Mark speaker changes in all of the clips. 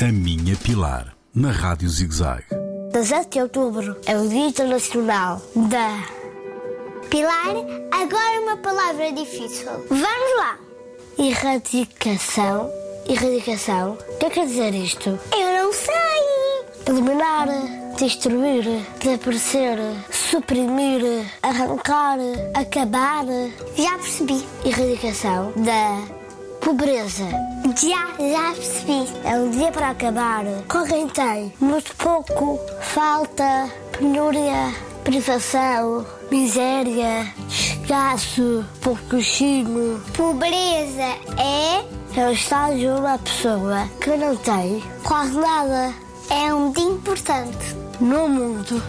Speaker 1: A Minha Pilar, na Rádio ZigZag.
Speaker 2: 17 de outubro é o Dia Internacional da Pilar. Agora uma palavra difícil. Vamos lá! Erradicação. Erradicação. O que é que quer dizer isto? Eu não sei! Eliminar, destruir, desaparecer, suprimir, arrancar, acabar. Já percebi. Erradicação da Pobreza. Já, já percebi. É um dia para acabar. Com quem tem muito pouco, falta, penúria, privação, miséria, escasso, pouquinho. Pobreza é. É o estado de uma pessoa que não tem quase nada. É um dia importante. No mundo,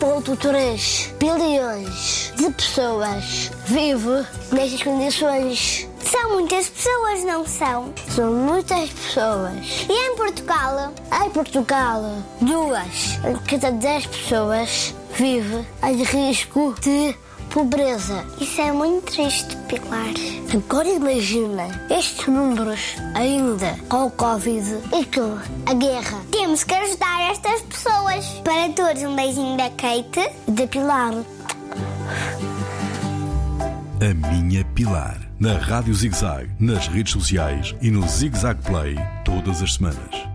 Speaker 2: 1,3 bilhões de pessoas vivem nestas condições. São muitas pessoas, não são? São muitas pessoas. E em Portugal? Em Portugal, duas em cada dez pessoas vive em risco de pobreza. Isso é muito triste, Pilar. Agora imagina estes números ainda com o Covid e com a guerra. Temos que ajudar estas pessoas. Para todos, um beijinho da Kate. Da Pilar.
Speaker 1: A Minha Pilar, na Rádio ZigZag, nas redes sociais e no ZigZag Play, todas as semanas.